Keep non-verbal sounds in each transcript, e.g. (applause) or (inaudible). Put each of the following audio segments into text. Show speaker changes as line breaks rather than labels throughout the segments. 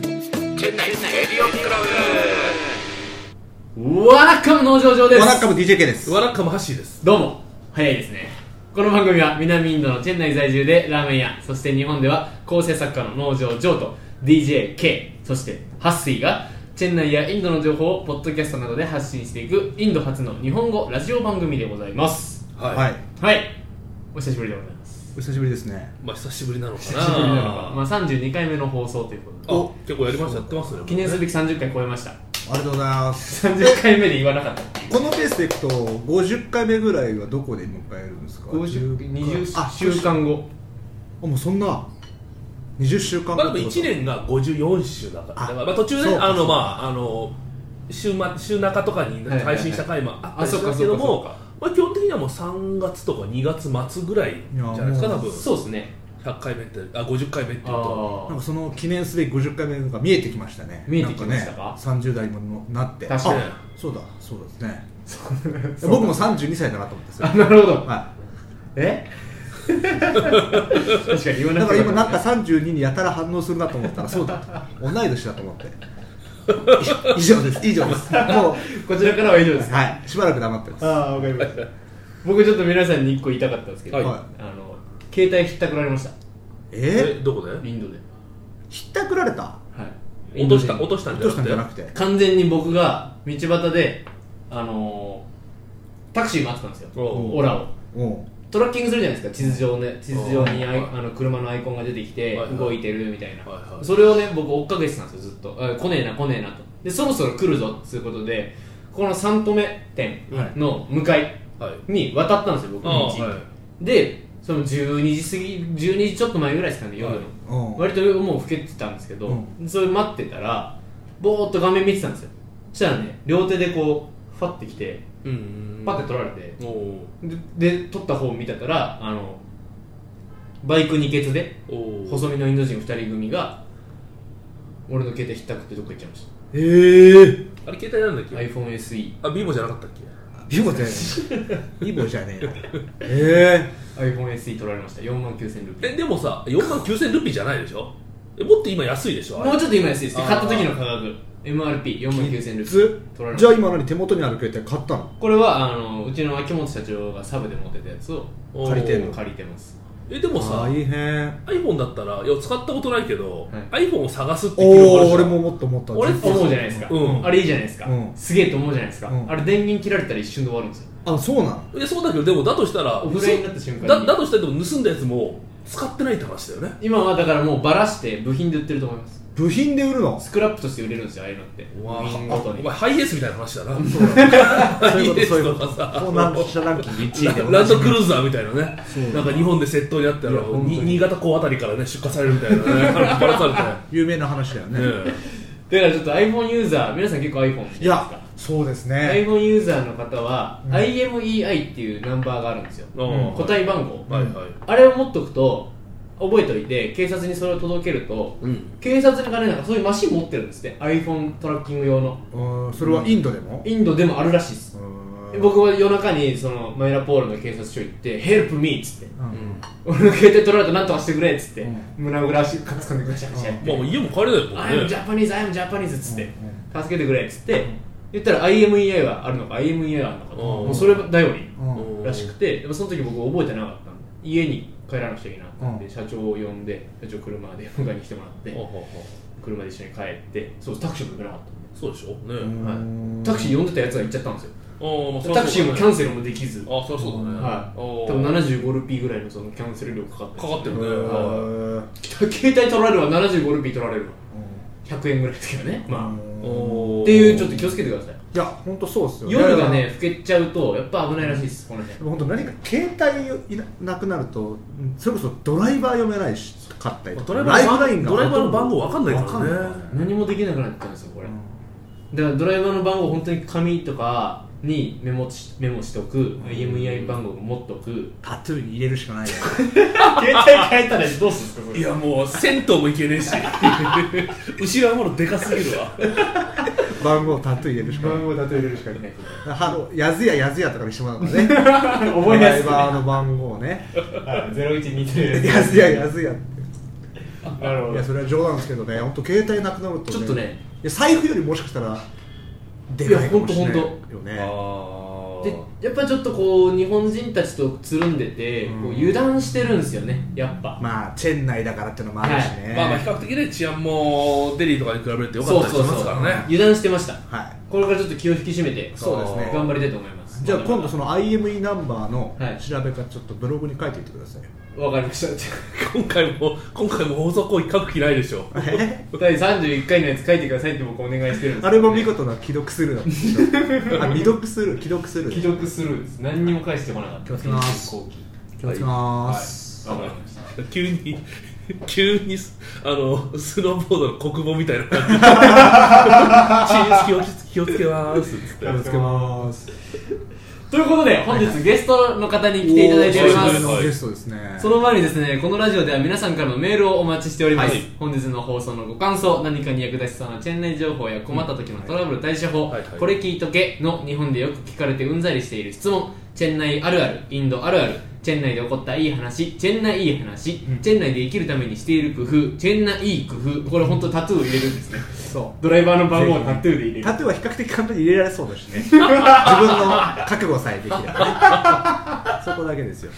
店内エリオンクラ
わらっかむ農場上で
ワナッ
す
カム DJK です。
わらっかもハッシーです
どうも早いですねこの番組は南インドのチェン内在住でラーメン屋そして日本では構成作家の農場ジョーと DJK そしてハッスイがチェン内やインドの情報をポッドキャストなどで発信していくインド初の日本語ラジオ番組でございます
は
はい。
はいお久しぶりでございます
お久しぶりですね。
まあ久しぶりなのかな
久しぶりなのか、まあ、32回目の放送ということで
あ結構やりましたやってますね
記念すべき30回超えました
ありがとうございます。
30回目で言わなかった
このペースでいくと、50回目ぐらいはどこで迎えるんですか
50 20
あ
週間後
あ、もうそんな、20週間
まあ
後
でも
ってこと
1年が54週だから
あ
だからまあ途中
そ
ね
うか
あ
そ
の
うか
まああの週末週中とかに
はいはいはい
配信した回もあった
あ
りし
そう
ま
か
すけど
そうかそう
も
か
まあ基本的にはもう3月とか2月末ぐらいじゃないですか
いや
多分
そうですね
100回目ってあ50回目っていうと
あ
なん
あ
かその記念すべき50回目が見えてきましたね。
見えてきましたか
なんね、30代にもなって。
確かに
あそうだ、そうですね。僕も32歳だなと思ってですよ
あ。なるほど
は
(laughs) え確かに言わなくてよか
い、だから今な
っ
ん
た
か32にやたら反応するなと思ったらそうだ同い年だ
(laughs)
と思って以上です以上ですも
こちらからは以上です
う、はい、しばらく黙ってます
ああわかりました僕ちょっと皆さんに一個言いたかったんですけど、
はい
あの携帯ひったくられました
え
えどこで
インドで
ひったくられた
はい
落とした
インド
落と
で
したん
落
じゃな
としたんじゃな
く
く
て
て
完全に僕が道端であのータクシー待ってたんですよ
おう
オラを
うん
トラッキングするじゃないですか地図上ね地図上にあい
はい
あの車のアイコンが出てきて
はいはい
動いてるみたいな、
はいはい
それをね僕追っかけてたんですよずっとあ来ねえな来ねえなとでそろそろ来るぞっつうことでこの三止め店の向かい
はい
に渡ったんですよ僕道、
ああはい
でその12時過ぎ12時ちょっと前ぐらいですかね夜の、
はい
うん
割ともう老けてたんですけど、
う
それ待ってたらぼーっと画面見てたんですよそしたらね両手でこうファッてきて
うん
パッて取られて、
おお
でで取った方を見てたらあのバイク二ケツで
お
細身のインド人二人組が俺の携帯ひったくってどっか行っちゃいまし
えー、
あれ携帯なんだったけ
iPhoneSE
あビーボじゃなかったっけ
イボじゃねえイボじゃ
(laughs)
ねえよえ
iPhoneSE 取られました4万9000ルーピ
え
ー
でもさ4万9000ルピーじゃないでしょえもっと今安いでしょあれ
もうちょっと今安いですね
あー
買った時の価格 MRP4 万9000
え
ルーピ
ず
ー取られま
じ
し
ゃあ
た
今何手元にある携帯買ったの
これはあのうちの秋元社長がサブで持ってたやつを
おー
借りてんの
借りてます
えでもさ
大変
iPhone だったらいや使ったことないけど、
は
iPhone を探すって
お
機能あるじ
お
ゃん
俺も思った思った
俺
実は
思うじゃないですか、
うん
あれいいじゃないですか、
うん
すげえと思うじゃないですか、
うん
あれ電源切られたら一瞬で終わるんですよ
あそうなの
いやそうだけどでもだとしたら
オフラインになった瞬間に
だだとしたらでも盗んだやつも使ってないって話だよね
今はだからもうバラして部品で売ってると思います
部品で売るの
スクラップとして売れるんですよああいうのって部
あ
品
あ
ご
お
とに
前ハイエースみたいな話だな
そういうことそうい
いいです
うこと
とかさ
盗難車ランキング1位で
ランドクルーザーみたいなね
そう
なんか日本で窃盗にあった
い
ら
や本当に
に新潟港あたりからね出荷されるみたいなねバラさ
(laughs)
れ
有名な話だよ
て
ね
ね
だからちょっと iPhone ユーザー皆さん結構 iPhone
い
じゃない
やそうですね
ですか iPhone ユーザーの方は、IMEI っていうナンバーがあるんですよ、
うん
個体番号、
はいはい
あれを持っとくと覚えておいて警察にそれを届けると、
うん
警察がねなんかそういうマシン持ってるんですね iPhone トラッキング用の
うんそれはインドでも
インドでもあるらしいです
うん
僕は夜中にそのマイラポールの警察署行って「Help me」っつって
う
「
ん
俺の携帯取られたらなんとかしてくれ」っつって、
うん
胸ぐらしかつかんでくれちゃうしゃ
まあもう家も帰れないもんね
「I'm Japanese I'm Japanese」っつって「
う
助けてくれ」っつって言ったら IMEI はあるのか IMEI はあるのかと
うん
もうそれ頼り
うん
うん
らしくてでもその時僕覚えてなかったんで家に帰らなくちゃいけなかったんで、
うん
社長を呼んで社長車で迎えに来てもらって、
ほうほうほ
車で一緒に帰ってそうタクシーも行かなかったんで
うそうでしょ
う
ね
ん
タクシー呼んでたやつが行っちゃったんですよ
あーまあそりゃそうだね
タクシーもキャンセルもできず、
あそりゃそうだね
はい、
お
多
ー
分75ルピーぐらいのそのキャンセル料かかって
かかって
へ
るね
ー
携帯取られるわ75ルピー取られるわ100円ぐらいですけどねまあ
うん
おー
っていうちょっと気をつけてください
いや本当そうですよ
夜が
いやい
ね
や
老けちゃうとやっぱ危ないらしいですこの
で
辺
も本当何か携帯いななくなるとうんそれこそドライバー読めないし買ったりとか
ドライバーの
ライフラインが
ドライバーの番号わかんないからね
わかんないからね
何もできなくなっちゃうんですよこれだ
うん
からドライバーの番号本当に紙とかにメモしメモしとく IMEI 番号を持っとく
タトゥーに入れるしかないよ
携帯変えたらどうするん
い
ですか
やもう銭湯も行けねえし後ろはもろでかすぎるわ
番号タトゥー入れるしかない
号例えるしかいない
ハローやずややずやとかにしてもらうからね
覚え
ド
や
ラ
す
イ
い
バーの番号ね
0120
やずややずやって
なるほ
いやそれは冗談ですけどね本当携帯なくなると、ね、
ちょっとね
いや財布よりもしかしたらでかいかもしれない
いや
よ
ほんと
ね
あ
でやっぱちょっとこう日本人たちとつるんでて、
うん
こう油断してるんですよねやっぱ、
まあチェン内だからっていうのもあるしね、
まあまあ比較的ね治安もデリーとかに比べると良かったりしますから
そうそう
ね
油断してました
はい
これからちょっと気を引き締めて
そうですね
頑張りたいと思います
じゃあ
まだま
今度
だ
その IME ナンバーの
はい
調べ方ちょっとブログに書いていってくださいよ、
わかりました
今回も今回も放送行為書く気ないでしょ
え
第31回のやつ書いてくださいって僕お願いしてるんです
あれも見事な既読スルーだったん
(laughs)
ですよあ未読スルー既読スルー
既読スルーです何にも返してこなかった
気をつけます
後期
気をつけます、
わかりました
急に急にあのスノーボードの国語みたいな感じで気をつ気をつけますっつって
気をつけます
ということで本日ゲストの方に来ていただいておりま
おー
す
そう
ゲストですね
その前にですねこのラジオでは皆さんからのメールをお待ちしております、
はい
本日の放送のご感想何かに役立ちそうなチェン内情報や困った時のトラブル対処法、
はいはい
これ聞いとけの日本でよく聞かれてうんざりしている質問チェン内あるあるインドあるあるチェン内で起こったいい話チェン内いい話、チェン内で生きるためにしている工夫チェン内いい工夫これ本当タトゥー入れるんですね
そ
ドライバーの番号をタトゥーで入れ
う
る
タトゥーは比較的簡単に入れられそうだしね自分の覚悟さえできればねそこだけですよ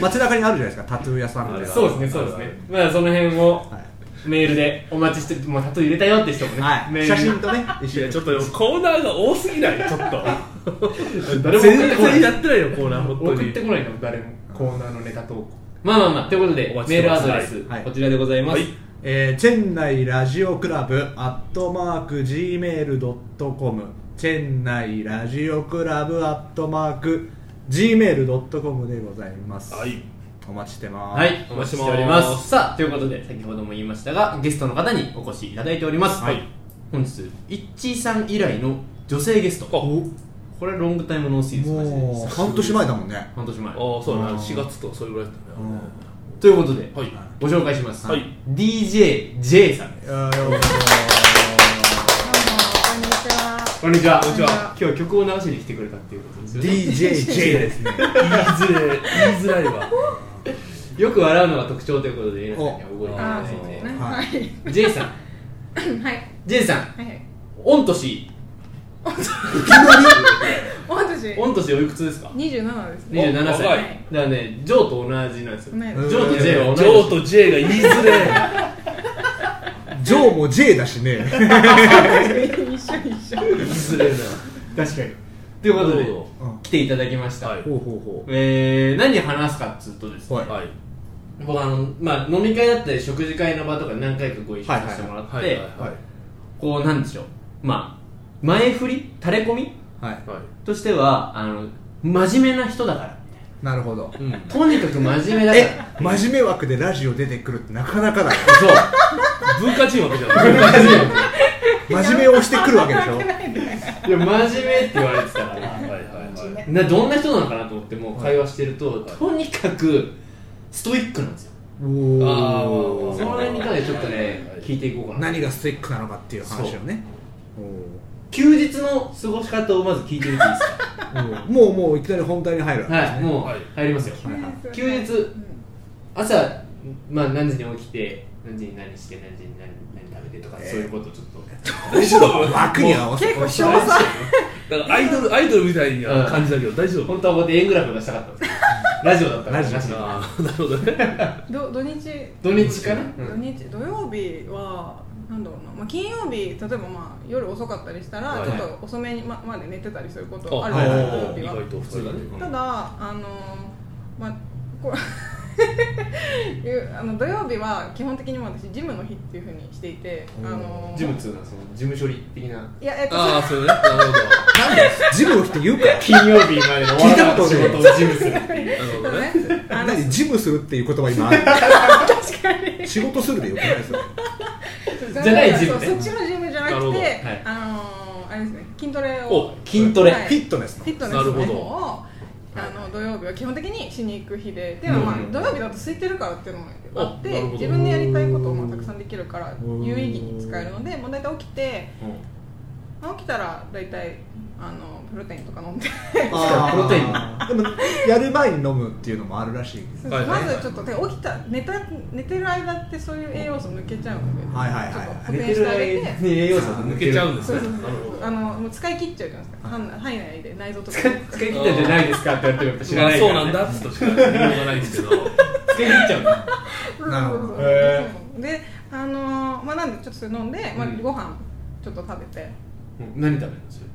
街中にあるじゃないですかタトゥー屋さんみたいな
そうですねそうですねまあその辺を
はい
メールでお待ちして、まあ、タトゥー入れたよって人もね、
は
メー
い、
ル
写真とね一
い
緒
や
に
ちょっとコーナーが多すぎないちょっと
誰も送って
全
こない
然やってないよコーナー本当
送っ
に
てこないの誰もコーナーのネタ投稿まあまあまあということで
お待ちして
メール
ま
ア
す
ドレス、
はいはい
こちらでございます、
はい
えーチェンナイラジオクラブアットマーク Gmail.com チェンナイラジオクラブアットマーク Gmail.com でございます、
はい
お待ちしてます、
はい、お
お
待
待ちし
ちし
てて
お
お
り
り
ま
ます
すさあということで先ほども言いましたがゲストの方にお越しいただいております、
はい
本日イッチーさん以来の女性ゲスト
お
これロングタイムノーシーズンです
もう半年前だもんね
半年前
ああそうだ
うん
ね4月とそれぐらいだったね
ということで、
はい
ご紹介します、
はい
DJJ さんです
あーようこ
(laughs) どうもこんにちは。
こんにちは
こんにちは
今日曲を流しに来てくれたっていうことです
そ
よね
DJJ ですね
言いづらい言いづらいわ
よく笑うのが特徴ということで皆さんには動いていた
あ
だ
ー、そうで
い
す
て
ね。
は
はいい。
J
(laughs)
さん
はい。
ジェイさん、
はい。
御年、
私。
御年おいくつですか
二十七ですね。
?27 歳。だ
若
か
い
らね、ジョーと同じなんですよ。
同
ジ
い
ョ
年
ーとジェイは同
ジ
じ
ョーと J が言いづらい
ジョーも J だしね
一緒一緒。
言いづらい
確かに。 (laughs) ということ
な
で
るほ、
うん
来ていただきました。
はい
ほうほう
えー、何話すかっつうとです
ほう
ね、
は
どはい
僕あの、まあ、飲み会だったり食事会の場とか何回かご一緒させてもらっ
はい
て、
はい
こう、なんでしょう。まあ、前振り垂れ込み
はい
はい
としては、あの、真面目な人だから。
なるほど
うん
とにかく真面目だ
え
か
真面目枠でラジオ出てくるってなかなか
(laughs)
だよ
ら。そう。
文化人わけじゃない
真面目を押してくるわけでしょ
いや、真面目って言われてたから。
はいはいはい
などんな人なのかなと思ってもう会話してると、とにかくストイックなんですよ、
おー
あー
その辺に関してちょっとね、
はい
聞いていこうかな
何がストイックなのかっていう話をね
休日の過ごし方をまず聞いてみていいですか
おーもうもういきなり本題に入るわけで
(laughs) は
す
い
ね、
もう
はい
入りますよ、休日
うん
朝、まあ、何時に起きて何時に何して何時に何何食べてとか、
えー
そういうことをちょっと
(laughs)
枠に合わせて
結構詳細。
だからアイドルアイドルみたいな感じだけど大丈夫
本当はこうやって円グラフがしたかったんですけど (laughs) ラジオだったから
ラジオ
なしで
ああなるほどね
ど土日。
土日かな、うん
土日土曜日は。なんだろうな、まあ、金曜日、例えば、まあ、夜遅かったりしたら、
はい
ちょっと遅めに、ま、まで寝てたりすること
あ
ある
はい
はい
土曜
意
日は
外と普通だね
ただあのまあこれいうあの土曜日は基本的にも私ジムの日っていうふうにしていてあの
ジムっつうのはその事務処理的ない
やえっと
ああそうねなるほど
なんでジムをって言うか
金曜日までの終わらなかった仕事をジムするっていう
なるほ
そ
ど
うね
ね
あの
何ジムするっていう言葉今ある
(laughs) 確かに
仕事するでよくないですよ
じゃないジムね
そうそっちのジムじゃな
なる
く
ほ
て
ど
い
あのあれですね筋トレ
お
を
筋トレ、
はい
フィットネスの
フィットネス
なる
の
ほど
方をあの土曜日は基本的にしに行く日ででもまあ
うん
土曜日だと空いてるからっていうのもあっ
あなる
て
ほど
自分でやりたいことをまあたくさんできるから
うん
有意義に使えるのでもう大体起きて
うん
あ朝起きたら大体あのプロテインとか飲んで
あープロテイン
ンでもやる前に飲むっていうのもあるらしいです
そう
はい
まずちょっとで起きた寝た寝てる間ってそういう栄養素抜けちゃうので、
はいはいはい
ちょっと補
寝
填
て
して
る
あげ
間
て
に栄養素が
抜けちゃうんです
そう
ね
そう
なるほ
そうあのもう使い切っちゃうじゃないですか範範囲内で内臓とか
使い使い切ったんじゃないですかって言われてもやっぱ
ど
知らないか
そう
ら、
な
ね、
んだっつとしか言いようがないんですけど
使い切っちゃうんだ
なるほど
へ
であのーまあなんでちょっとそれ飲んで、まあ
うん、
ご飯ちょっと食べて
うん何食べるのそれって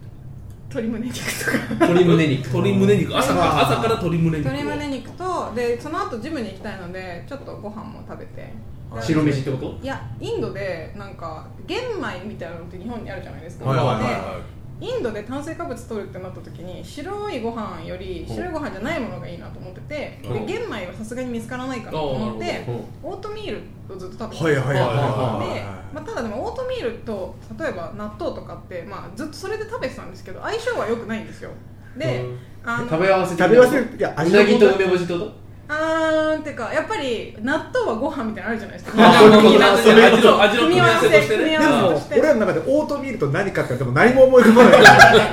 鶏胸肉とか
鶏胸肉
鶏胸肉朝か
ま
ら
あ
朝から鶏胸肉を
鶏胸肉とでその後ジムに行きたいのでちょっとご飯も食べて
白飯ってこと
いやインドでなんか玄米みたいなのって日本にあるじゃないですか、
はいはいはい
は
でインドで炭水化物取るってなった時に白いご飯より
うん
白いご飯じゃないものがいいなと思ってて
うん
で玄米はさすがに見つからないかなと思
あ
っ
ーなる
て
ほど
オートミールをずっと食べてた
はいはいはいはい
で
は
まあ、ただでもオートミールと例えば納豆とかって、まあ、ずっとそれで食べてたんですけど相性は良くないんですよで、
うん
あの
食べ合わせ
い
的な
食べ忘れるいや
う
味の
なぎ
問
と梅
題
干しってこと
あーんてかやっぱり納豆はご飯みたいなのあるじゃないです
あ
か
そういうことだそういうこと味の
組み合わせ
組み合わせとしてね
組み
で
合わせ
も
として
俺らの中でオートミールと何かって言われても何も思い浮かばない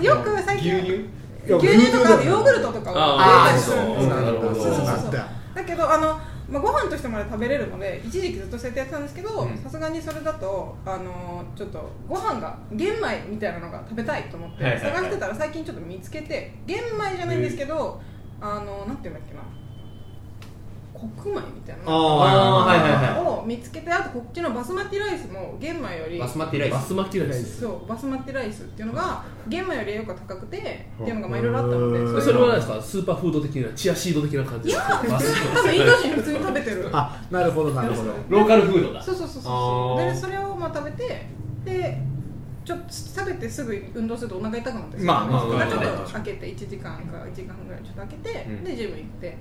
いやよく最近
牛乳
牛乳とかあとヨーグルトとかを
あ
ー
入れたりするんですよ
なるほど
そうそうそう
な
そ
ん
う
だ
だけどあの、まあ、ご飯としてまで食べれるので一時期ずっとそうやってやってたんですけど
うん
さすがにそれだとあのちょっとご飯が玄米みたいなのが食べたいと思っ
はい
て
はいはい
探してたら最近ちょっと見つけて玄米じゃないんですけどあのなんていうんだっけな黒米みたいなの
あーはいはいはい
を見つけてあとこっちのバスマティライスも玄米より
バスマティラ
い
イ
バ
ス
ス巻きライス
そうバスマティライスっていうのが玄米より栄養価高くてっていうのがまあ
うん
いろいろあったの
で
で
それは何
い
ですかスーパーフード的なチアシード的な感じですか
や普通に多分インド人普通に食べてる
あなるほどなるほど
ローカルフードだ
そうそうそう
あ
そう
ー
でそれをまあ食べてでちょっと食べてすぐ運動するとお腹痛くなって
まあまあ
だからちょ
まあ
っと開けて1時間か1時間半ぐらいちょっと開けて、
うん
でジム行って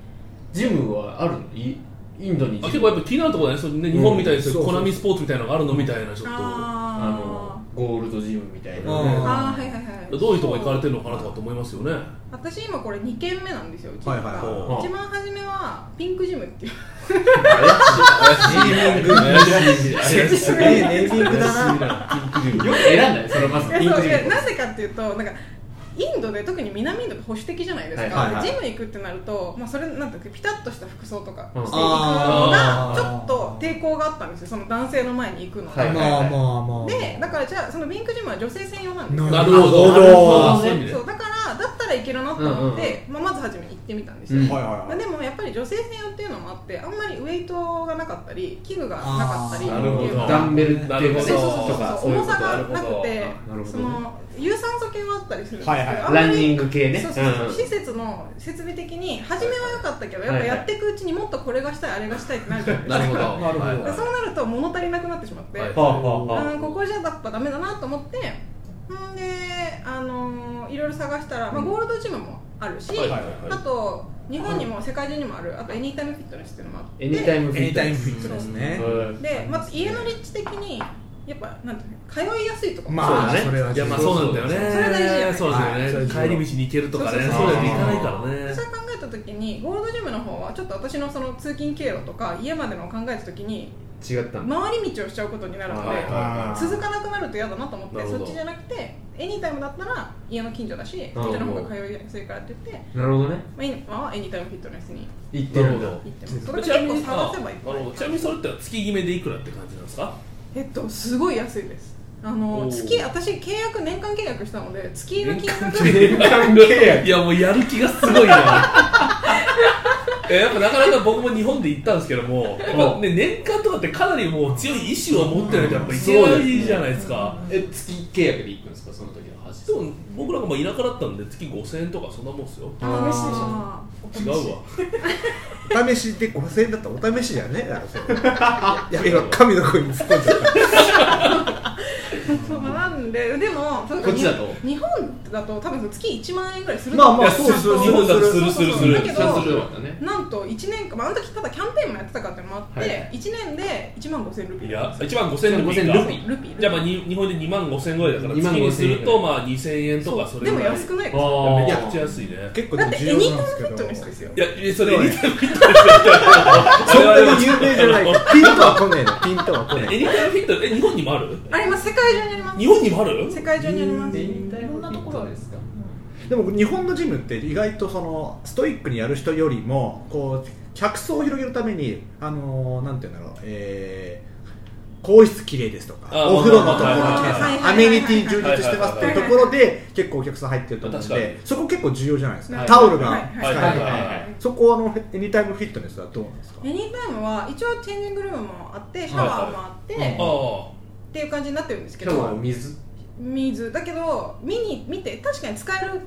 ジムはあるのイインドに
あ結構やっぱ気になるところだねそうね日本みたいにそういう
うんそうそう
コナミスポーツみたいなのがあるのみたいなちょっと
あの
あ
ゴールドジムみたいな
あー
あーはいはいはい
どういうとこ行かれてるのかなとかと思いますよね
私今これ2軒目なんですようちが、
はいはい
はい
一番初めはピンクジムっていう
ネーミング (laughs)
(laughs)
すげえネーミングだな
ピンクジムよく選んだよそれまず
い
ピン
や
ク
そう
ジ
い
ム
やなぜかっていうとなんかインドで特に南インドって保守的じゃないですか、
はいはいはい
ジム行くってなると、まあ、それなんていうかピタッとした服装とかして
うん
いくのがちょっと抵抗があったんですよその男性の前に行くのが、
はい
まあまあまあ
でだからじゃあそのピンクジムは女性専用なんですよ
な
なるほど
なるほど
そういう意味で
そうだからだったらいけるなと思って、まあ、まず初めに行ってみたんですよ、
うん
はい
ま
は
あ、
いは
で
い
もやっぱり女性専用っていうのもあってあんまりウエイトがなかったり器具がなかったりっ
あ
て
な
ー
るほ
いうの
ど
が
ダンベルっていう
な
こ
る
と
ほ
そう
ど
そう
とか
そう
そういう
そう
こ
重
と
さが
なる
な
ほ
く
ど
て
あなるほど
そ
ね
の有酸素系はあったりするんですけど、
はいはい
あんま
ラン
り
ニング系ね
そうそうそう
うん
施設の設備的に初めは良かったけどやっぱやっていくうちにもっとこれがしたいあれがしたいってなるじゃないで
(laughs)
すか
なるほど
なるほど
はい
でそうなると物足りなくなってしまって、
はい
はあはあは
うんここじゃやっぱダメだなと思ってんで、あのーいろいろ探したら、まあ、ゴールドジムもあるし、
はいはいはい
あと日本にも世界中にもあるあとエニータイムフィットネスっていうのもあっ
エニタイ
て
ムフィットネス
エニタイムフィットですね
うん
で、まあ、家の立地的にやっぱなんていうの通いやすいとかも
まあ
そうだね
それはい
やまあそうなんだよね
それ大事だよね
そうですよね
はい
帰り道に行けるとかね
そう
そ
そうう
や
そう
って行かないからね
私が考えた時にゴールドジムの方はちょっと私のその通勤経路とか家までのを考えた時に
違ったんだ
回り道をしちゃうことになるので
はいはい
はい
続かなくなると嫌だなと思っ
なる
て
ほ
そ
ど
っちじゃなくてエニタイムだったら家の近所だし
ほど
こっちの方が通いやすいからって言って、
なるほどね
まあ、今はエニタイムフィットネスに
行ってるん
な
だ
るほ
行ってますそれ
あ
が
ちな
結
み
構
に
探
あ
せばいっ
あのち
ぱ
ないみにそれって月決めでいくらって感じなんですか
えっとすごい安いですあ
おー
の月私契約年間契約したので月の金額
年間契約
いやもうやる気がすごいな (laughs) えやっぱなかなか僕も日本で行ったんですけどもやっぱ、ね、年間とかってかなりもう強い意志を持ってないとやっぱ行けないじゃないですか、
え月契約で行くんですかその時の話
でも僕らがまあ田舎だったんで月5000円とかそんなもんですよ
(laughs) あ飯でしょ
違うわ
お試しで5000円だったらお試しじゃねえだろそれやべえ今神の声に突っ込んじゃった
そうなんででも
こっちだと
日本だと多分その月1万円ぐらいする
まあまあ
いや
そうそう
日本だとするするする
だけど
する
ったね
なんと1年間、まあ、あの時ただキャンペーンもやってたからってのもあって、
はいはい
1年で1万5000ルピー
いや1万5000円ルピー
1万5000ルピ
か
ー
ルピー
じゃあまあに日本で2万5000円ぐらいだから
2
月
万
にすると
5000
まあ2000円とかそれぐ
でも
らい
安くないです
い
か
や
あ
め
い
ちゃ
や
くちゃ安いね
結構で
だ
も
って
重
エニ
要
ー
なんで
タイ
すけ
ムフィット
ど
ネスですよ
いやいやそれエニタイムフィット
そんなに有名じゃないピンとは来ねえのピンとは来ねえ
ネスエニタイムフィットえ日本にもある
あります世界中にあります
日本にもある
世界中にあります
いろんなところですか
でも日本のジムって意外とそのストイックにやる人よりもこう客層を広げるためにあのーなんていうんだろうえー更衣室綺麗ですとか
あー
お風呂のところ
はいはい
が
はい
綺麗です
はい
アメニティ充実してますっていうところで結構お客さん入ってると思うん
確かに
でそこ結構重要じゃないですか、
はい
タオルが
はい
使えるとか、
はいはいはい
はい
そこはあのフェエニタイムフィットネスはどうなんですか
エニタイムは一応チェンジングルームもあってシャワーもあって、
はいはい
ああ
っていう感じになってるんですけ
今日は
ど
水
水だけど見に見て確かに使える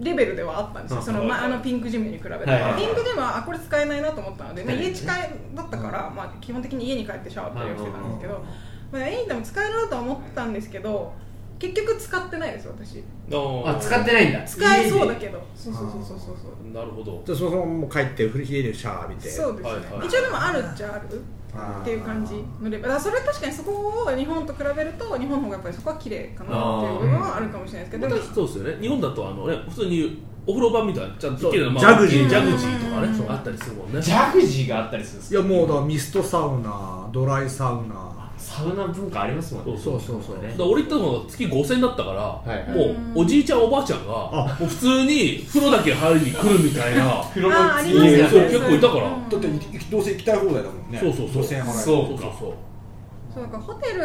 レベルではあったんですよ
うん
その,、まあ、あのピンクジムに比べて、
はいはい
ピンクジムはあこれ使えないなと思ったので、まあ、
はい
家近いだったから、まあ、基本的に家に帰ってシャワープレイをしてたんですけど、まあ、エニタイム使えるなとは思ったんですけど結局使ってないです私
あ
あ使ってないんだ
使えそうだ
ど
けどそうそうそうそうそうそう
なるほど
じゃあそもそももう帰ってフリーでシャワー浴びて
そうですね、
はいはい
一応でもあるっちゃあるっていう感じのレベルだからそれは確かにそこを日本と比べると日本の方がやっぱりそこは綺麗かなっていう部分はあるかもしれないですけど
ま
で
た
も
そうですよね日本だとあのね普通にお風呂場みたいなちゃんと綺麗な、
そうジャグジー
ジャグジーとかね
うん
あったりするもんね
ジャグジーがあったりするんです
い
か
やもうだからミストサウナドライサウナ
サウナ文化ありますもんね
そうそうそう
だから俺行ったのが月5000だったから、
はい
もうおじいちゃんおばあちゃんが
あ
もう普通に風呂だけ入りに来るみたいな
風呂
あー
の
あ
次
りますよね
そう結構いたから
うん
だってどうせ行きたい放題だもんね
そうそうそう
5000円払えば
そう
そうそうそう
そうだからホテル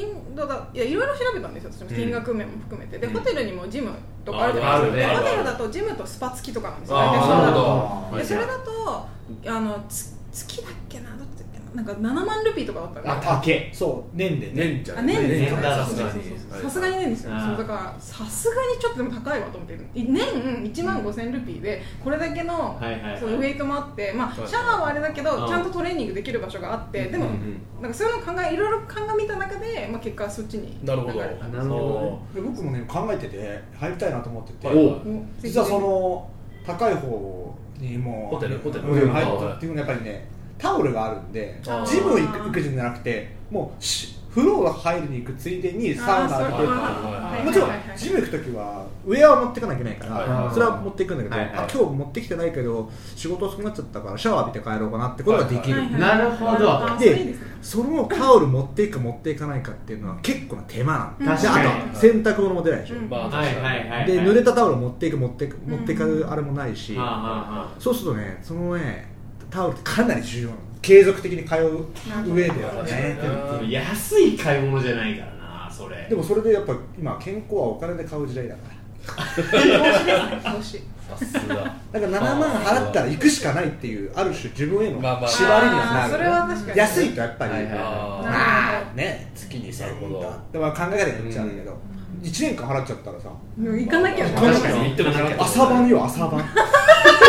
インドだいやいろいろ調べたんですよ私も金額面も含めて、でホテルにもジムとかあるじゃないですか、
あるね
でホテルだとジムとスパ付きとかなんですよ
あー
大体そう
なるほど
でそれだとあのつ月だっけなどっちだっけななんか7万ルピーとかだったんで
あ竹
そう年で
年
ね
じゃ
あ年
で
年
年
だ
だ
さすがに
さすがにねですよ
あー
そうだからさすがにちょっとでも高いわと思って年1万5000ルピーでこれだけの、
はいはいはい
そうウェイトもあって、まあ、
いはい
シャワーはあれだけど、
うん
ちゃんとトレーニングできる場所があって、でも、
うん
なんかそういうのを考えいろいろ鑑みた中で、まあ、結果はそっちに
なるほど
流れたんで
なるほ
で僕もね考えてて入りたいなと思ってて、
はい
お
もう
実はその高い方にもう
ホテルホテル
うん入ったっていうのはやっぱりねタオルがあるんで
あー
ジム行く行くじゃなくてもうし風呂入りに行くついでに
あー
サウナ浴びて
そう
る
と
か
か
あー
もちろん
はいはいはい
ジム行く時はウェアは持っていかなきゃいけないか
はい
はいは
ら
い
それは持っていくんだけど、
はいはい
あ今日持ってきてないけど仕事遅くなっちゃったからシャワー浴びて帰ろうかなってことができる、
はいはい
なるほど
あーそういいですね
そのタオル持っていくか持っていかないかっていうのは結構な手間なんで
確かに
であと洗濯物も出ないでしょ、
うん
まあ
はいはいはい
で濡れ
た
たタオル持っていく持っていく
ん
持っていくあれもないし、
はあは
そうするとねそのねタオルってかなり重要なの継続的に通う上ではね
なるほ
あはあ安い買い物じゃないからなそれ
でもそれでやっぱ今健康はお金で買う時代だから
投資ですね投資
さすが (laughs)
だから7万払ったら行くしかないっていうある種自分への
まあまあ
縛りにはな
あ
る
ーそれは確かに
安いとやっぱり、
はいはい
はい
なるほ
ね月に
なる
1000
ほ
円
ど
だってまあ考え方によっちゃうんだけど、一1年間払っちゃったらさ
ど行かなきゃ
まあ
確か
に行ってもなかった
朝晩よ朝
(laughs)
晩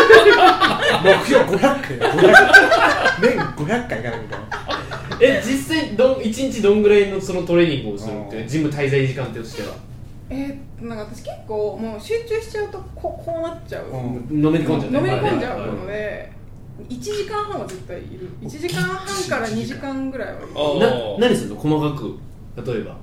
目標500回500年500回行かないみたいな
え実際どん1日どんぐらいのそのトレーニングをするっ
あ
て
ー
ジム滞在時間としては
えーなんか私結構もう集中しちゃうとこうこうなっちゃう、
うん
のめり込んじゃう
のめり込んじゃ
は
う
い
ので1時間半は絶対いる1時間半から2時間ぐらいはいる
あー
な何するの細かく例えば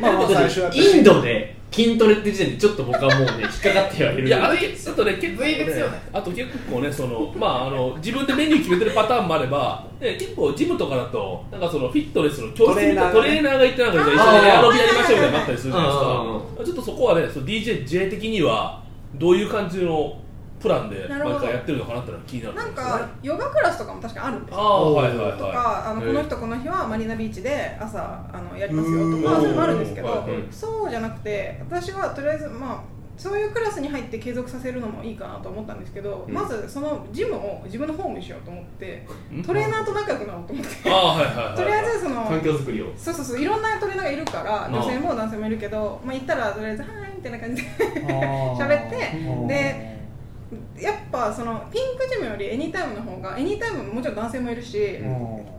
まあまあ最初はやっぱり
インドで筋トレって時点でちょっと僕はもうね引っかかってはいる
いやあれちょっとね結構ね
部位別よね
あと結構ねそのまああの自分でメニュー決めてるパターンもあれば、ね、結構ジムとかだとなんかそのフィットネスの教室みたいな
ト
ト
レ
レ
ー
ーナーが行ってなんかじゃあ一緒にエアロビやりましょうみたいなのがあったりするじゃないです
うんうん
かちょっとそこはねその DJJ 的にはどういう感じのプランで
なるほど
毎回やってるのかなってのが気になる
なん
ですよね
かヨガクラスとかも確かあるんです
あ
よ
あはいはい
と
は
かあの
へ
こ
え
の人この日はマリーナビーチで朝あのやりますよ
うーん
とかそういうのあるんですけど
はいはい
そうじゃなくて私はとりあえずまあそういうクラスに入って継続させるのもいいかなと思ったんですけど、
うん
まずそのジムを自分のホームにしようと思って
い
トレーナーと仲良くなろうと思っ
あ
て
あはいはいはい
とりあえずその
環境づくりを
そうそうそういろんなトレーナーがいるから
うん
女性も男性もいるけど、まあ、行ったらとりあえず「はーい」みたいな感じで (laughs) 喋
喋
ってでやっぱそのピンクジムよりエニタイムの方がエニタイムももちろん男性もいるし、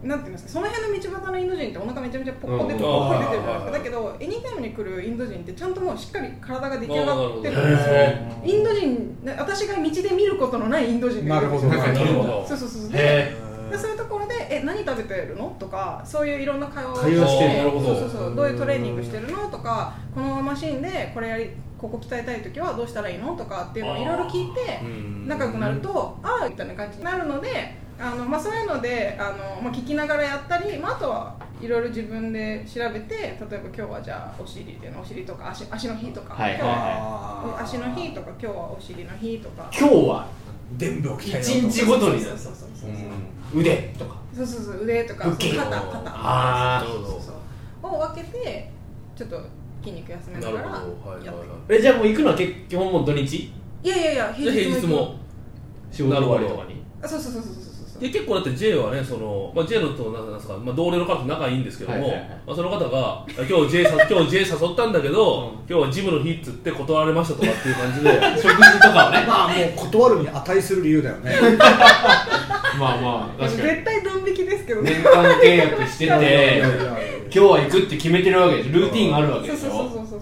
なんていうんですかその辺の道端のインド人ってお腹めちゃめちゃポッコ出
う
てる
ん
ポッコ出てるじゃないです
う
か
ん
だけどエニタイムに来るインド人ってちゃんともうしっかり体が出来上
ああなる
がっ
ほ
て
ど
るんですよ
へ
インド人な私が道で見ることのないインド人
な
が
いる
るん
ほ
です
ど
よ
なるほど
そうそうそうそうで
へ
でそういうところで「え何食べてるの?」とかそういういろんな会話を
会話してるなる
ほど
そうそうそうどういうトレーニングしてるのとかこのマシンでこれやりここ鍛えたい時はどうしたらいいのとかっていうのをいろいろ聞いて
うん
仲良くなるとああみたいな感じになるのであの、まあ、そういうのであの、まあ、聞きながらやったり、まあ、あとはいろいろ自分で調べて例えば今日はじゃあお尻でのお尻とか足足の日とか、
はいはい
今日は
あー
足の日とか今日はお尻の日とか
今日は
伝部を鍛えようと
一日ごとに
そうそうそうそう
腕とか
そうそうそう腕とか
腹筋
肩肩
あー
そうそうそうを分けてちょっと筋肉休めながら
なるほどはいはい
やって
はい
えじゃあもう行くのは結基本もう土日
いやいやいや
じゃあ
平日も
平日も
仕事終わりとかに
あそうそうそうそうそうそう
で結構だって J はねその、まあ、J のとなんですか、まあ、同僚の方と仲いいんですけども、
はいはいはい
まあ、その方が今日 J さ今日 J 誘ったんだけど、
うん
今日はジムの日っつって断られましたとかっていう感じで
食事とかをね
まあもう断るに値する理由だよね
まあまあ確かに
絶対ドン引きですけど
年
ね
間契約して
いやい
て
や
(laughs)
いや
今日は行くって決めてるわけでしょルーティンがあるわけ
そう
でし
そうそう
ょ
そうそうそう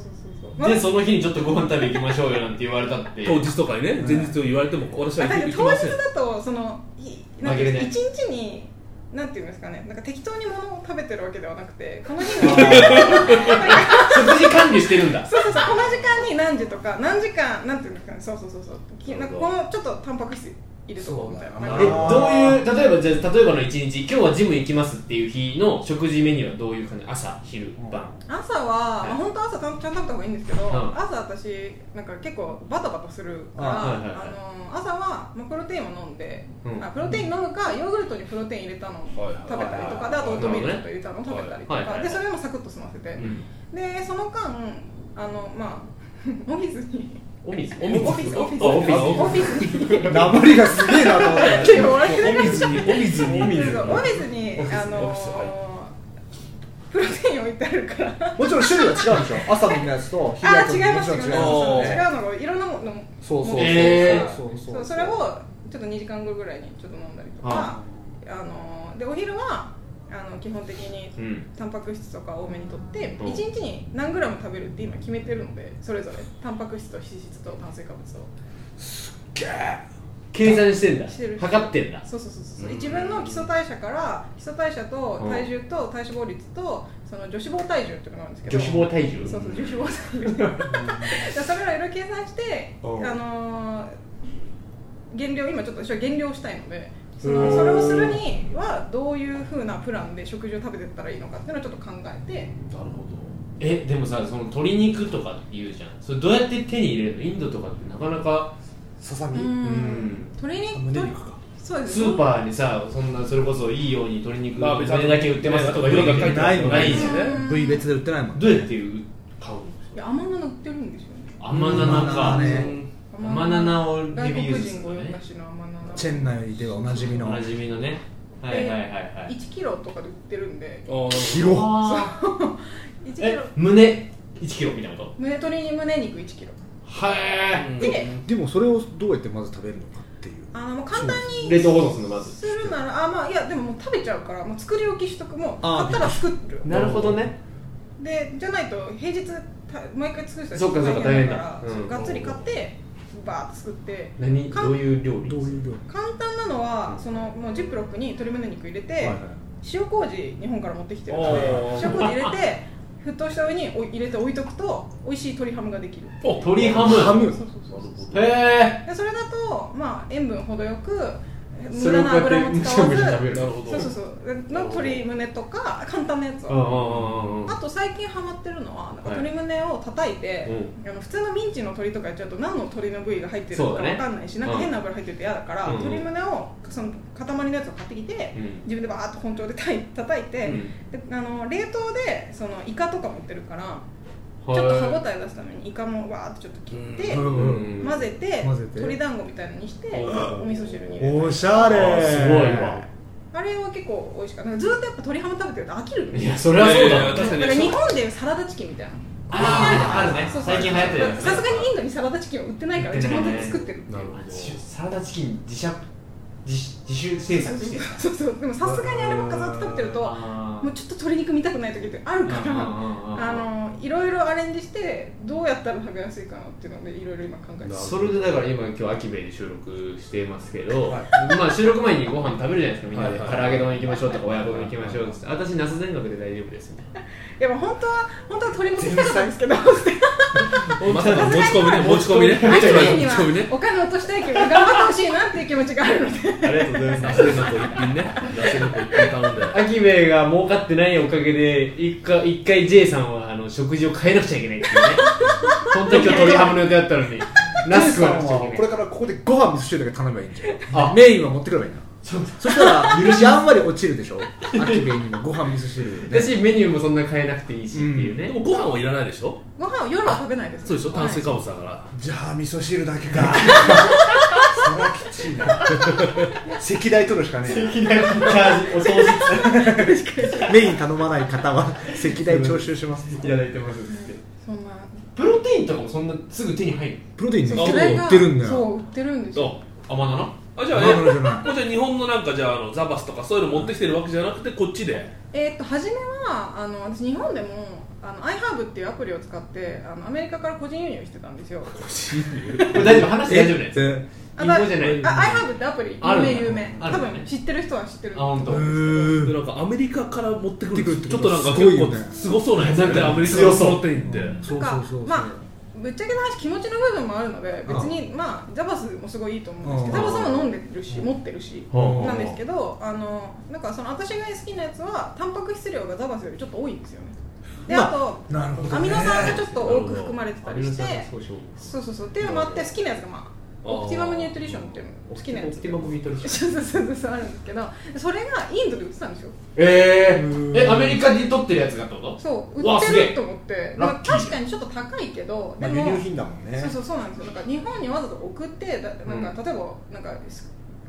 そう
でその日にちょっとご飯食べ行きましょうよなんて言われたって (laughs)
当日とかにね
ん
前日を言われても私は
あなん
行
か
き
当
ま
日
せん
だとそのいなん
紛
か
れ
一
ない
日になんていうんですかねなんか適当に物を食べてるわけではなくてこの日
あ
の
食事管理してるんだ
そうそうそうこの時間に何時とか何時間なんていうんですかねそうそうそうそうきなんかこのちょっとタンパク質入れとこうみたいな
そう
(laughs)
だ
え
な
ど
ん
う
か
よな
いう例えばじゃあ例えばの一日今日はジム行きますっていう日の食事メニューはどういう感じ朝昼晩
朝は、
はい
まあ、本当は朝ちゃんちゃんと食べた方がいいんですけど、
うん
朝私なんか結構バタバタするから
あ
あ、
はいはいはい
の朝は、まあ、プロテインを飲んで、
うん
あプロテイン飲むかヨーグルトにプロテイン入れたのを
はいはい
食べたりとかであとオートミールちょっと入れたのを食べたりとか、
はいはいはい
でそれもサクッと済ませて、
うん
でその間あのまあオフィスに
お水
お
オ
水
フィスオフィス
あオフ
オフ
ィ
ィ
ス
スオフィスに
ー名りがすげえなと思っ
(laughs)
た
結構笑ってなかった
お水にお水に
オフィスに
オフィス
あ
オ
の
フィスは
プロテイン置いてあるから
もちろん種類は違うでしょ朝飲むやつと昼のや
あ
つ
違います違
も
い
ち
ます違う
ろん
の
違うよね
がいろんなもの
そうそうそう
えー
そう
そうそう
そうそれをちょっと2時間後ぐらいにちょっと飲んだりとか
は
あのでお昼はあの基本的に
うん
タンパク質とか多めにとって
うん
1日に何グラム食べるって今決めてるのでそれぞれタンパク質と脂質と炭水化物を
計算してんだ
してる
測ってんだ
そうそうそうそう自分の基礎代謝から基礎代謝と
うん
体重と体脂肪率とその女子肪体重っていうのがあるんですけど
女子肪体重
そうそう、女子防災力それらいろいろ計算して、あ
うん
のー、減量今ちょっと私は減量したいのでそうの
ん
それをするにはどういうふうなプランで食事を食べてったらいいのかっていうのをちょっと考えて
なるほ
えでもさその鶏肉とかって言うじゃんそれどうやって手に入れるのインドとかってなかなか
ささ
う
み
ん鶏肉
胸肉か
そうです
スーパーにさそんなそれこそいいように鶏肉
まあ
こ
別に
れだけ売ってますとかいうわけじゃ
ないの
ない
ー
じゃん
うん
部位別で売ってないもん
どうやって買うの
いや甘菜売ってるんですよね
甘菜なか
甘菜ね
甘菜なをレ
外
ビュー
国
する
人
と
ご用
ね
達の甘菜
チェン内ではおなじみ
お
の
なじみのねはいはいはいはい
1キロとかで売ってるんで
どあー
広っ
あー
1キ
え
ロ
胸1キロみたいなこと
胸鶏に胸肉1キロ
は
なるほど
い
で
でもそれをどうやってまず食べるのかっていう
あのもう簡単に
冷凍保存するのまず
するならあまあいやでももう食べちゃうからもう作り置きしとくもう
あ
買ったら作る
なるほどね
でじゃないと平日た毎回作る人は
そっかそっか
大変だから
大変だうん
がっつり買ってバーッと作って
何
か
どういう料理
どういう料理
簡単なのはそのもうジップロックに鶏胸肉入れて、塩麹日本から持ってきてるので
おー
塩麹入れて沸騰した上にお入れて置いとくと美味しい鶏ハムができる
お
鶏ハム
ハ
そう
ム
そうそうそう
へえ
でそれだと、まあ、塩分程よく
そ
無
れ
駄
を
な
こうや
油
っ
も
てむ
使
しゃ
わ
む
ず
しゃ食べる
なるほど
そうそうそうの鶏胸とか簡単なやつ
うんう
を
んうんうん
あと最近ハマってるのはなんか鶏胸を叩いて、あの普通のミンチの鶏とかやっちゃうと何の鶏の部位が入ってるの
そうだ
か
ね
分かんないし、なん
う
か
ん
変な油入ってると嫌だから、
うんうん
鶏胸をその塊のやつを買ってきて、
うん
自分でバーッと包丁でたい叩いて、
うん
であの冷凍でそのイカとかも売ってるからちょ
はい
っと歯ごたえ出すためにイカもわーっとちょっと切って、
う
うん
混ぜて
混ぜて
鶏団子みたいのにして
うん
お味噌汁に入れる
おしゃ
あ
れ
ーすごいわ
あれは結構美味しかったなんかずっとやっぱ鶏ハム食べてると飽きるの
い
よ
やそれはそうだ
いやいや確か
だ
に
から日本でサラダチキンみたいな
あーあるね
そうそう
最近流行ってるやつね
さすがにインドにサラダチキンは売ってないから自分で作ってる
なるほど
サラダチキン自社自自主制作して
そうそうでもさすがにあればっかずっと食べてるとも
あ
うちょっと鶏肉見たくない時ってあるからあのいろいろアレンジしてどうやったら食べやすいかなっていうのでいろいろ今考えてます
それでだから今今日アキベイで収録していますけど、
はい
まあ収録前にご飯食べるじゃないですかみんなで、
はいはい
唐揚げ丼行きましょうとか親子丼行きましょうっつって私ナス全学で大丈夫ですみたいない
やまあ本当は本当は鶏も捨てたかったんです (laughs) けどさす
まさかの持ち込みね持ち込みね
(laughs) がにアキベイに
持ち込み
は
ね
お金落としたいけど頑張ってほしいなっていう気持ちがあるので
ありがとうございます。ナスレノコ一品ね。ナスレノコ一品頼んで。
アキベが儲かってないおかげで一回一回 J さんはあの食事を変えなくちゃいけない (laughs) っていうね本当は今日鶏ハムの予定だったのにナス食わなくちゃいけない
これからここでご飯味噌汁だけ頼めばいいんじゃ
あ
んメインは持ってくればいいな
そう
そした
(laughs)
らやんわり落ちるでしょ秋メインのご飯味噌汁
(laughs)
で、ね、
私メニューもそんな変えなくていいしっていうね、
でもご飯はいらないでしょ
ご飯を夜は食べないです
そうでしょ炭水
か
化物だから。
じゃあ味噌汁だ
(laughs)
けかそれはきちいな赤大取るしかねえ
きなりチャージお掃除
なメイン頼まない方は赤大徴収しま
(laughs)
す
いただいてますって
そんな
プロテインとかもそんなすぐ手に入る
プロテインね
そう
結構
それ
売
が
ってるんだ
そ
よ
う売ってるんですよ
そ
あまだな
う。あじゃあ
なるほどじゃない
え、もうじゃあ日本のなんかじゃああのザバスとかそういうの持ってきてるわけじゃなくてこっちで。
えーっと初めはあの私日本でもあの iHerb っていうアプリを使ってあのアメリカから個人輸入してたんですよ
これ大丈夫話して大丈夫ね
え
あ
インフォじゃない
あ iHerb ってアプリ
あるん
有
だ
名有名
あ
多
るんだね
分知ってる人は知ってる
あ本当
う
で
ー
なんんかアメリカから持ってくる
持ってくるって
ちょ
こ
っと
と
なんか
すご
結
いよ
構
ね
すごそうなんですよね
なんか
アメリカの
強そう
プロテインって
そうそうそうそう
なんかまあぶっちゃけの話気持ちの部分もあるので別にまあザバスもすごいいいと思うんですけど
うん
ザバスも飲んでるし持ってるし
ほう
なんですけどあのなんかその私が好きなやつはタンパク質量がザバスよりちょっと多いんですよねであと
なるほど、ね、
アミノ酸がちょっと多く含まれてたりして
アミノ酸が少々
そうそうそうっていうのもあって好きなやつがまあ
あー
オプティマムニュートリションっていうの好きなや
オ
つ
プティマムニュートリション
そうそうそうそうあるんですけどそれがインドで売ってたんですよ
え
うん
ー、えアメリカで取ってるやつがってこと
そう
う
売
わ
って
すげえ
ると思って
ラッキー
まあ確かにちょっと高いけどで
まあ、
も、
輸入品だもんね
そうそうそうなんですよなんか日本にわざと送ってだなんか例えばなんか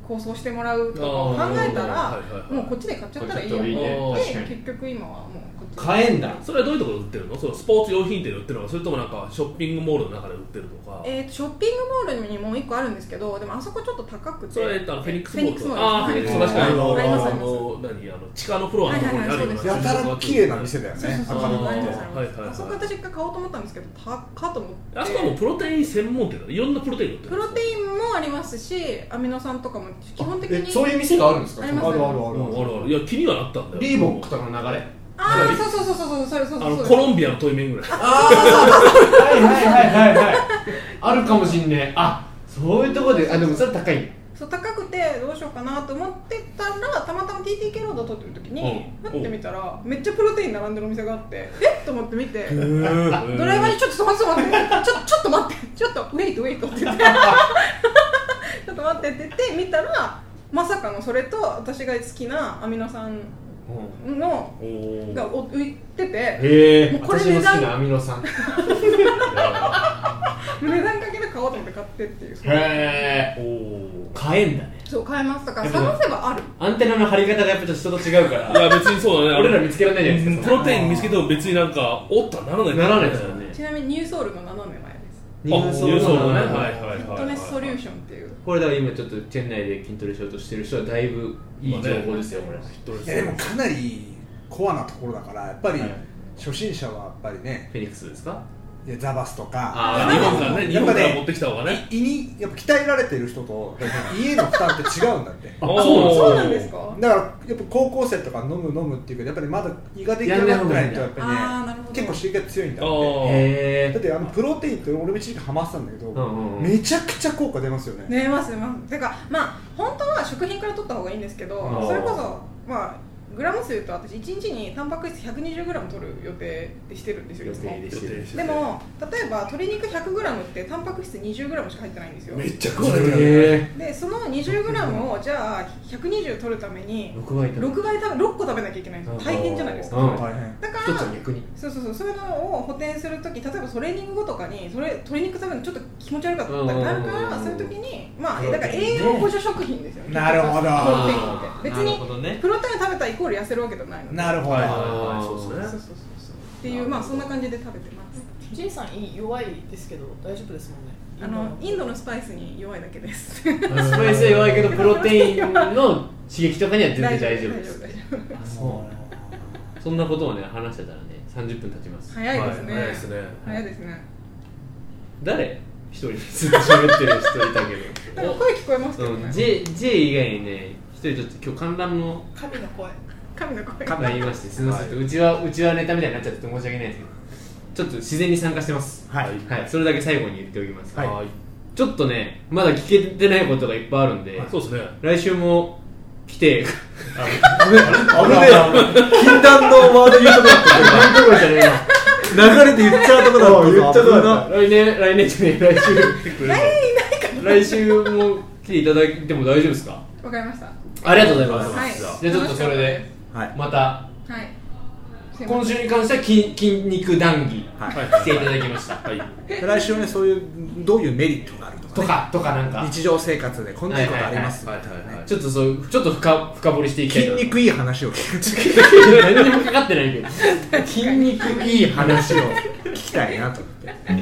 構想してもらうとかを考えた
あー
ら
はいはいはい
もうこっちで買っちゃったらいいや
こっち
で
と思っ
いいね確か
て
に
結局今はもうこっちで
買えんだ
それはどういうところで売ってるのそのスポーツ用品店で売ってるのかそれともなんかショッピングモールの中で売ってるとか
えー、とショッピングモールにもう一個あるんですけどでもあそこちょっと高くて
それはえっとあのフェニックスモールと
フェニックスモール
ああフェニックス確かにあの
はいあります
あの何あの地下のフロアのところにあるような
はい
やたら綺麗な店だよ
そうそう
ね
そう
赤
あ
身
ります
の
あり
店
はいはいは
ます
い
あそこ私が買おうと思ったんですけど高っと思って
あそこはもうプロテイン専門店だいろんなプロテイン売ってる
プロテインもありますしアミノ酸とかも基本的に
えそういう店があるんですか
あ
そ
り
の
ます
あるあるあ
う
る
んあるあるいや気にはなったんだよ
リーボックとかの流れ
ああそうそうそうそうそうそうそう
あ
そう
のコロンビアのトイメンぐらい
はいはいはいはいはいあるかもしんねえあそういうとこであでもそれ高いんだ
そう高くてどうしようかなと思ってたらたまたま TTK ロード撮ってる時に
うん
ふってみたらめっちゃプロテイン並んでるお店があってえっと思って見て
うん
ドライバーにちょっと待って待ってちょ (laughs) ちょっと待ってちょっとウェイトウェイトって言 (laughs) ってちょっと待ってって言って見たらまさかのそれと私が好きなアミノ酸の
おー
がお浮いてて
へえ
もうこれ
私の好
値段
きなアミノ酸へ
値段かけて買おうと思って買ってっていう
え
おー
買えんだね
そう買えますだから探せばある
アンテナの張り方がやっぱちょっと人と違うか
い
ら
や別にそうだねあれ
俺ら見つけられないじゃ
プ
ないですかそ
ロ
の
テイン見つけても別になんかおったならない
ならないですよね
ちなみにニューソールの斜め前です
あニューソールのねはいはい
い
はい
フィッ
は
ト
い
ネスソリューションっていう
これだから今ちょっと店内で筋トレしようとしてる人はだいぶいい情報ですよこれ
フィットネス
やでもかなりコアなところだからやっぱり
はい
初心者はやっぱりね
フェニックスですか
いやザバスと
あ
か
あー日本からね日
やっ
本
ぱ
から持っ
ね
てきた方がね
胃にやっぱ鍛えられてる人と家の負担って違うんだって
あ
おー
そうなんです
そうなんですか
だからやっぱ高校生とか飲む飲むっていうけどやっぱりまだ胃が出来上がってないとやっ
やんない方がいいんだあー
ぱ
な
り
る
ね
ほど
結構刺激が強いんだっ
あ
て
へ
だってあのプロテインって俺も一時期ハマってたんだけど、
うんうんうん
めちゃくちゃ効果出ますよね
寝ます寝ますてかまあ本当は食品から取った方がいいんですけど
あー
それこそまあグラム数で言うと私1日にタンパク質 120g 取る予定でしてるんですよいつも
予定でしてる
でも例えば鶏肉 100g ってタンパク質 20g しか入ってないんですよ
めっちゃ食われてる
え
でその 20g をじゃあ120取るために
6倍だ
6倍食べ6個食べなきゃいけないんですよ大変じゃないですか
うん
大変
だから
一つは逆に
そうそうそうそういうのを補填するとき例えばトレーニング後とかにそれ鶏肉食べるのちょっと気持ち悪かったりな
う
るか
んうんうんう
ら
ん
そういうときにまあ
そう
だから栄養補助食品ですよね
なるほど
プロテイン
あー
って別
なるほど
に、
ね
プロテイン食べたイコール痩せるわけじゃないので
なるほど、
はいはい
あ
はいそうで
そう
す
そう
ね
そうそうっていうまあそんな感じで食べてます
ジェイさんいい弱いですけど大丈夫ですもんね
あのインドのスパイスに弱いだけです
スパイスは弱いけどプロテインの刺激とかには全然大丈夫
大
で
丈夫
す
(laughs) 大丈
あそうそんなことをね話してたらね30分経ちます
夫早いですね、
はい早いですね
早いですね
誰一人ずっと喋ってる人いたけ
なん
ど
か声聞こえますけど
うん、
ね
J, J 以外にね一人ちょっと今日観覧の
神の声
神の声
が言いましてすみません、うちはうちはネタみたいになっちゃって申し訳ないですけどちょっと自然に参加してます
はい
はい、それだけ最後に言っておきます、
はい
ちょっとねまだ聞けてないことがいっぱいあるんで、
そうですね
来週も来て
危ねえ禁断のワード言うとこだった
どころじゃねえな
流れて言っちゃうとこだった
言っちゃうとこだ
危な
来年来年じゃねえ来週来週も来ていただいても大丈夫ですか
わかりました
ありがとうございま
ありがとうございます
はい
じゃあちょっとそれで
はい
また
はいすいません
今週に関しては筋筋肉談義
はい
していただきました、
来週はねそういうどういうメリットがあるとか,、
とかとかなんか
日常生活でこんなことありますみたいな
はいはいはいはい
ね
ちょっとそうちょっと深深掘りしていきたい
筋
と思います
肉いい話を聞き
何にもかかってないけど (laughs)
筋肉いい話を聞きたいなと思って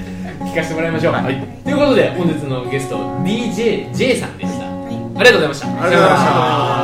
聞かせてもらいましょう、
はい
ということで本日のゲスト DJJ さんでした、ありがとうございました
ありがとうございました